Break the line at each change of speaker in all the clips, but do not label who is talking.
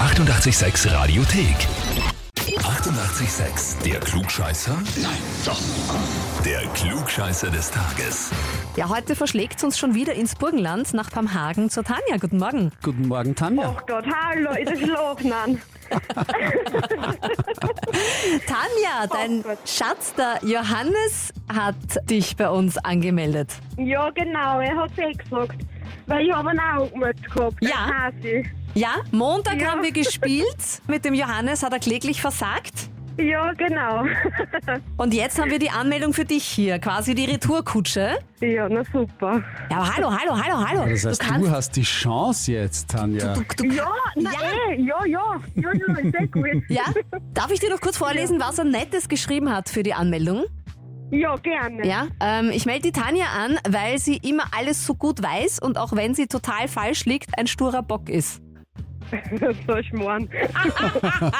886 Radiothek. 88,6. Der Klugscheißer? Nein, doch. Der Klugscheißer des Tages.
Ja, heute verschlägt uns schon wieder ins Burgenland nach Pamhagen zur Tanja. Guten Morgen.
Guten Morgen, Tanja.
Oh Gott, hallo, ist es Lochnern?
Tanja, dein
Oh Gott.
Schatz, der Johannes, hat dich bei uns angemeldet.
Ja, genau, er hat eh gesagt. Weil ich habe ihn auch angemeldet gehabt. den
Ja.
Hasi.
Ja, Montag
Ja.
haben wir gespielt. Mit dem Johannes hat er kläglich versagt.
Ja, genau.
Und jetzt haben wir die Anmeldung für dich hier, quasi die Retourkutsche.
ja, na super.
Ja, aber hallo, hallo, hallo, hallo.
Das heißt, du, hast die Chance jetzt, Tanja.
du,
Ja, na
Ja.
eh, ja, ja. Ja, ja, ist eh gut.
ja, darf ich dir noch kurz vorlesen, was er Nettes geschrieben hat für die Anmeldung?
Ja, gerne.
Ja, ähm, ich melde die Tanja an, weil sie immer alles so gut weiß und auch wenn sie total falsch liegt, ein sturer Bock ist.
so schmoren.
Ah.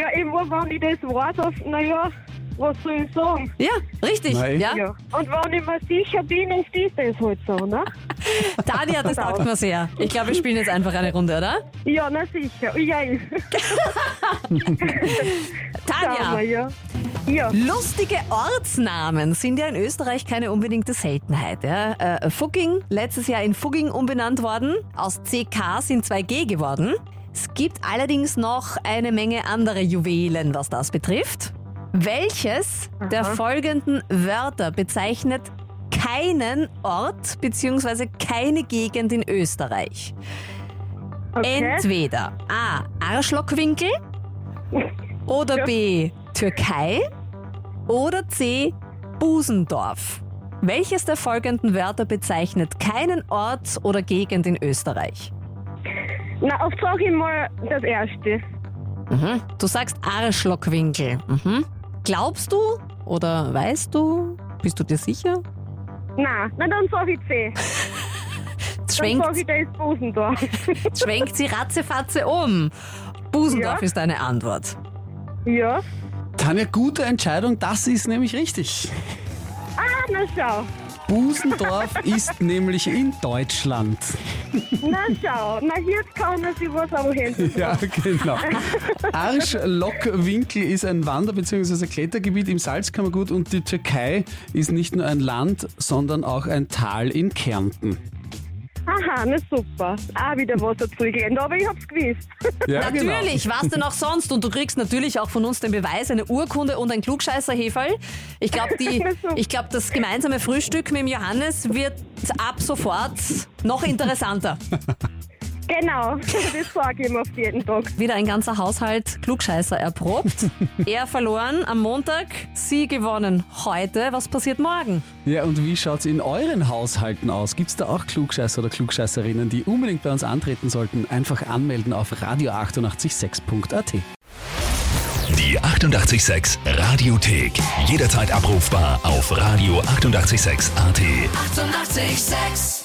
ja, immer wenn ich das weiß, oft, naja, was soll ich sagen?
Ja, richtig.
Nein.
Ja.
Ja. Und wenn ich mir sicher bin, ist dies das halt so, ne?
Tanja, das taugt mir sehr. Ich glaube, wir spielen jetzt einfach eine Runde, oder?
Ja, na sicher. Ja, ja.
Ah,
Schauen wir,
Tanja,
ja. Ja.
lustige Ortsnamen sind ja in Österreich keine unbedingte Seltenheit. Ja? Äh, Fugging, letztes Jahr in Fugging umbenannt worden. Aus CK sind 2G geworden. Es gibt allerdings noch eine Menge andere Juwelen, was das betrifft. Welches der folgenden Wörter bezeichnet keinen Ort bzw. keine Gegend in Österreich?
Okay.
Entweder A. Arschlockwinkel oder B. Türkei oder C. Busendorf. Welches der folgenden Wörter bezeichnet keinen Ort oder Gegend in Österreich?
Na, oft sag ich mal das Erste.
Mhm. Du sagst Arschlockwinkel. Mhm. Glaubst du oder weißt du? Bist du dir sicher?
Na, na dann sag ich C.
Jetzt
Dann
Schwenkt,
sag ich, da ist Busendorf.
jetzt schwenkt sie ratzefatze um. Busendorf
Ja.
ist deine Antwort.
ja.
Tanja, gute Entscheidung, das ist nämlich richtig.
Ah, na schau.
Busendorf ist nämlich in Deutschland.
Na schau. Na, jetzt kann er sich was am Händen.
Ja, genau. Arschlockwinkel ist ein Wander- bzw. Klettergebiet im Salzkammergut und die Türkei ist nicht nur ein Land, sondern auch ein Tal in Kärnten.
Aha, na super. Auch wieder was dazugelernt, aber ich hab's gewusst.
Ja, genau.
Natürlich, was denn auch sonst? Und du kriegst natürlich auch von uns den Beweis, eine Urkunde und ein Klugscheißer-Heferl. Ich glaube, glaub, das gemeinsame Frühstück mit dem Johannes wird ab sofort noch interessanter.
Genau, das sag ich ihm auf jeden Tag.
Wieder ein ganzer Haushalt Klugscheißer erprobt. er verloren am Montag, sie gewonnen heute. Was passiert morgen?
Ja, und wie schaut's in euren Haushalten aus? Gibt's da auch Klugscheißer oder Klugscheißerinnen, die unbedingt bei uns antreten sollten? Einfach anmelden auf radio886.at.
Die 88,6 Radiothek. Jederzeit abrufbar auf radio886.at. 88,6.
Sex.